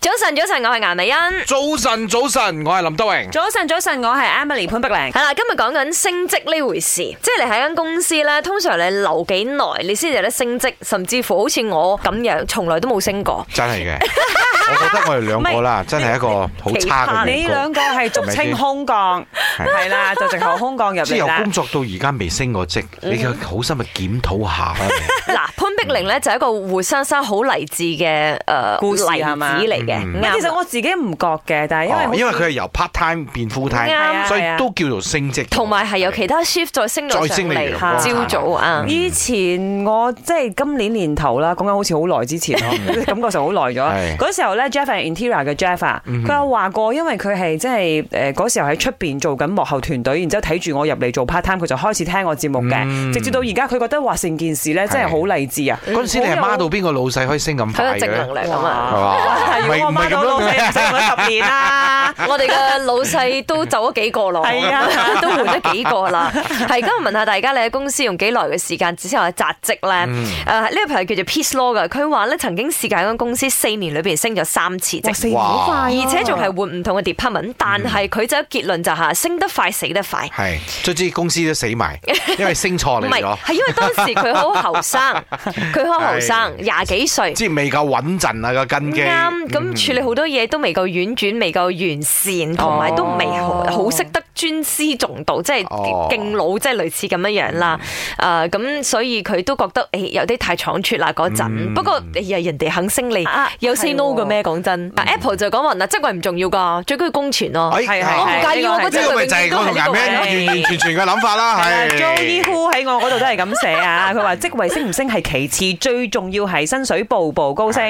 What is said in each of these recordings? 早晨，早晨，我係顏美欣。早晨，早晨，我系林德荣。早晨，早晨，我系 Emily 潘碧玲。係啦，今日講緊升職呢回事，即係你喺間公司咧，通常你留幾耐，你先至有得升職，甚至乎好似我咁樣，從來都冇升 過。真係嘅，我覺得我哋兩個啦，真係一個好差嘅你員兩工，個係俗稱空降，係啦，就直頭空降入即係嚟由啦工。作到而家未升過職，你就好心去檢討下啦。嗱，潘碧玲咧就係一個活生生好勵志嘅誒故事啊例子係嘛嚟嘅。嗯啱啊其實我自己唔覺嘅，但係因為哦好似因為佢係由 part time 變 full 啱啊 time，所以係啊都叫做升職。同埋係有其他 shift 再升到再上升你嚟，陽光朝早嗯啊，以前我即係今年年頭啦，講緊好似好耐之 前咯，感覺上好耐咗。係嗯嗰時候咧，Jeff and Intira 嘅 Jeff 啊，佢有話過，因為佢係即係誒嗰時候喺出邊做緊幕後團隊，然之後睇住我入嚟做 part time，佢就開始聽我節目嘅，嗯直至到而家佢覺得話成件事咧真係好勵志啊！嗰陣時你係孖到邊個老細可以升咁佢個快正能嘅？量啊嘛。係嘛？如果我媽到老細唔識我十年啦。 我哋嘅老細都走咗幾個咯，係啊， 都換咗幾個啦。係，咁我問下大家，你喺公司用幾耐嘅時間只先有扎職咧？誒、嗯呢個朋友叫做 Peace Law 嘅，佢話咧曾經試過喺間公司四年裏邊升咗三次職。年好快啊而且仲係換唔同嘅 department，但嗯係佢就有結論就係升得快死得快，係，卒之公司都死埋，因為升錯唔你係咗，係因為當時佢好後生， 佢好後生，係廿幾歲，即係未夠穩陣啊個根基。啱嗯咁處理好多嘢都未夠婉轉，未夠完善，同埋都未好哦好識得尊師重道，即係哦嗯敬老，即係類似咁樣樣啦。誒咁，所以佢都覺得誒有啲太倉促啦嗰陣。嗯不過哎呀人哋肯升你啊，有 say 係 no 喎嘅咩？講真嗯啊，Apple 就講話嗱，職位唔重要㗎，最緊要工錢咯。哎係係我唔介意呢個我嗰係呢職個位咪就係永遠都我係呢個同顏咩位。完完全全嘅諗法啦，係啦，Joey 啊係。 Hu 喺我嗰度都係咁寫啊，佢話職位升唔升係其次，最重要係薪水步步高升。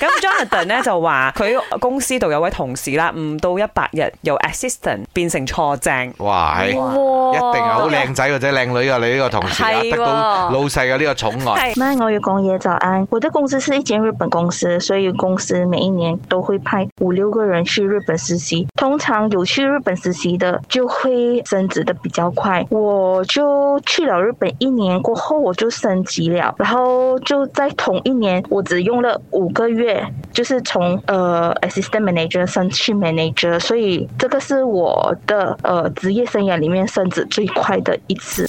咁 Jonathan 咧就話佢公司度有位同事啦，唔到一百日由 assistant 變成坐正。哇，係。哇一定係好靚仔或者靚女啊！你呢個同事啊，係喎得到老細嘅呢個寵愛。麦我有公爷早安。我的公司是一间日本公司，所以公司每一年都会派五六个人去日本实习。通常有去日本实习的就会升职的比较快。我就去了日本一年过后，我就升级了，然后就在同一年，我只用了五个月，就是从呃 assistant manager 升去 manager，所以这个是我的呃职业生涯里面升职最快的一次。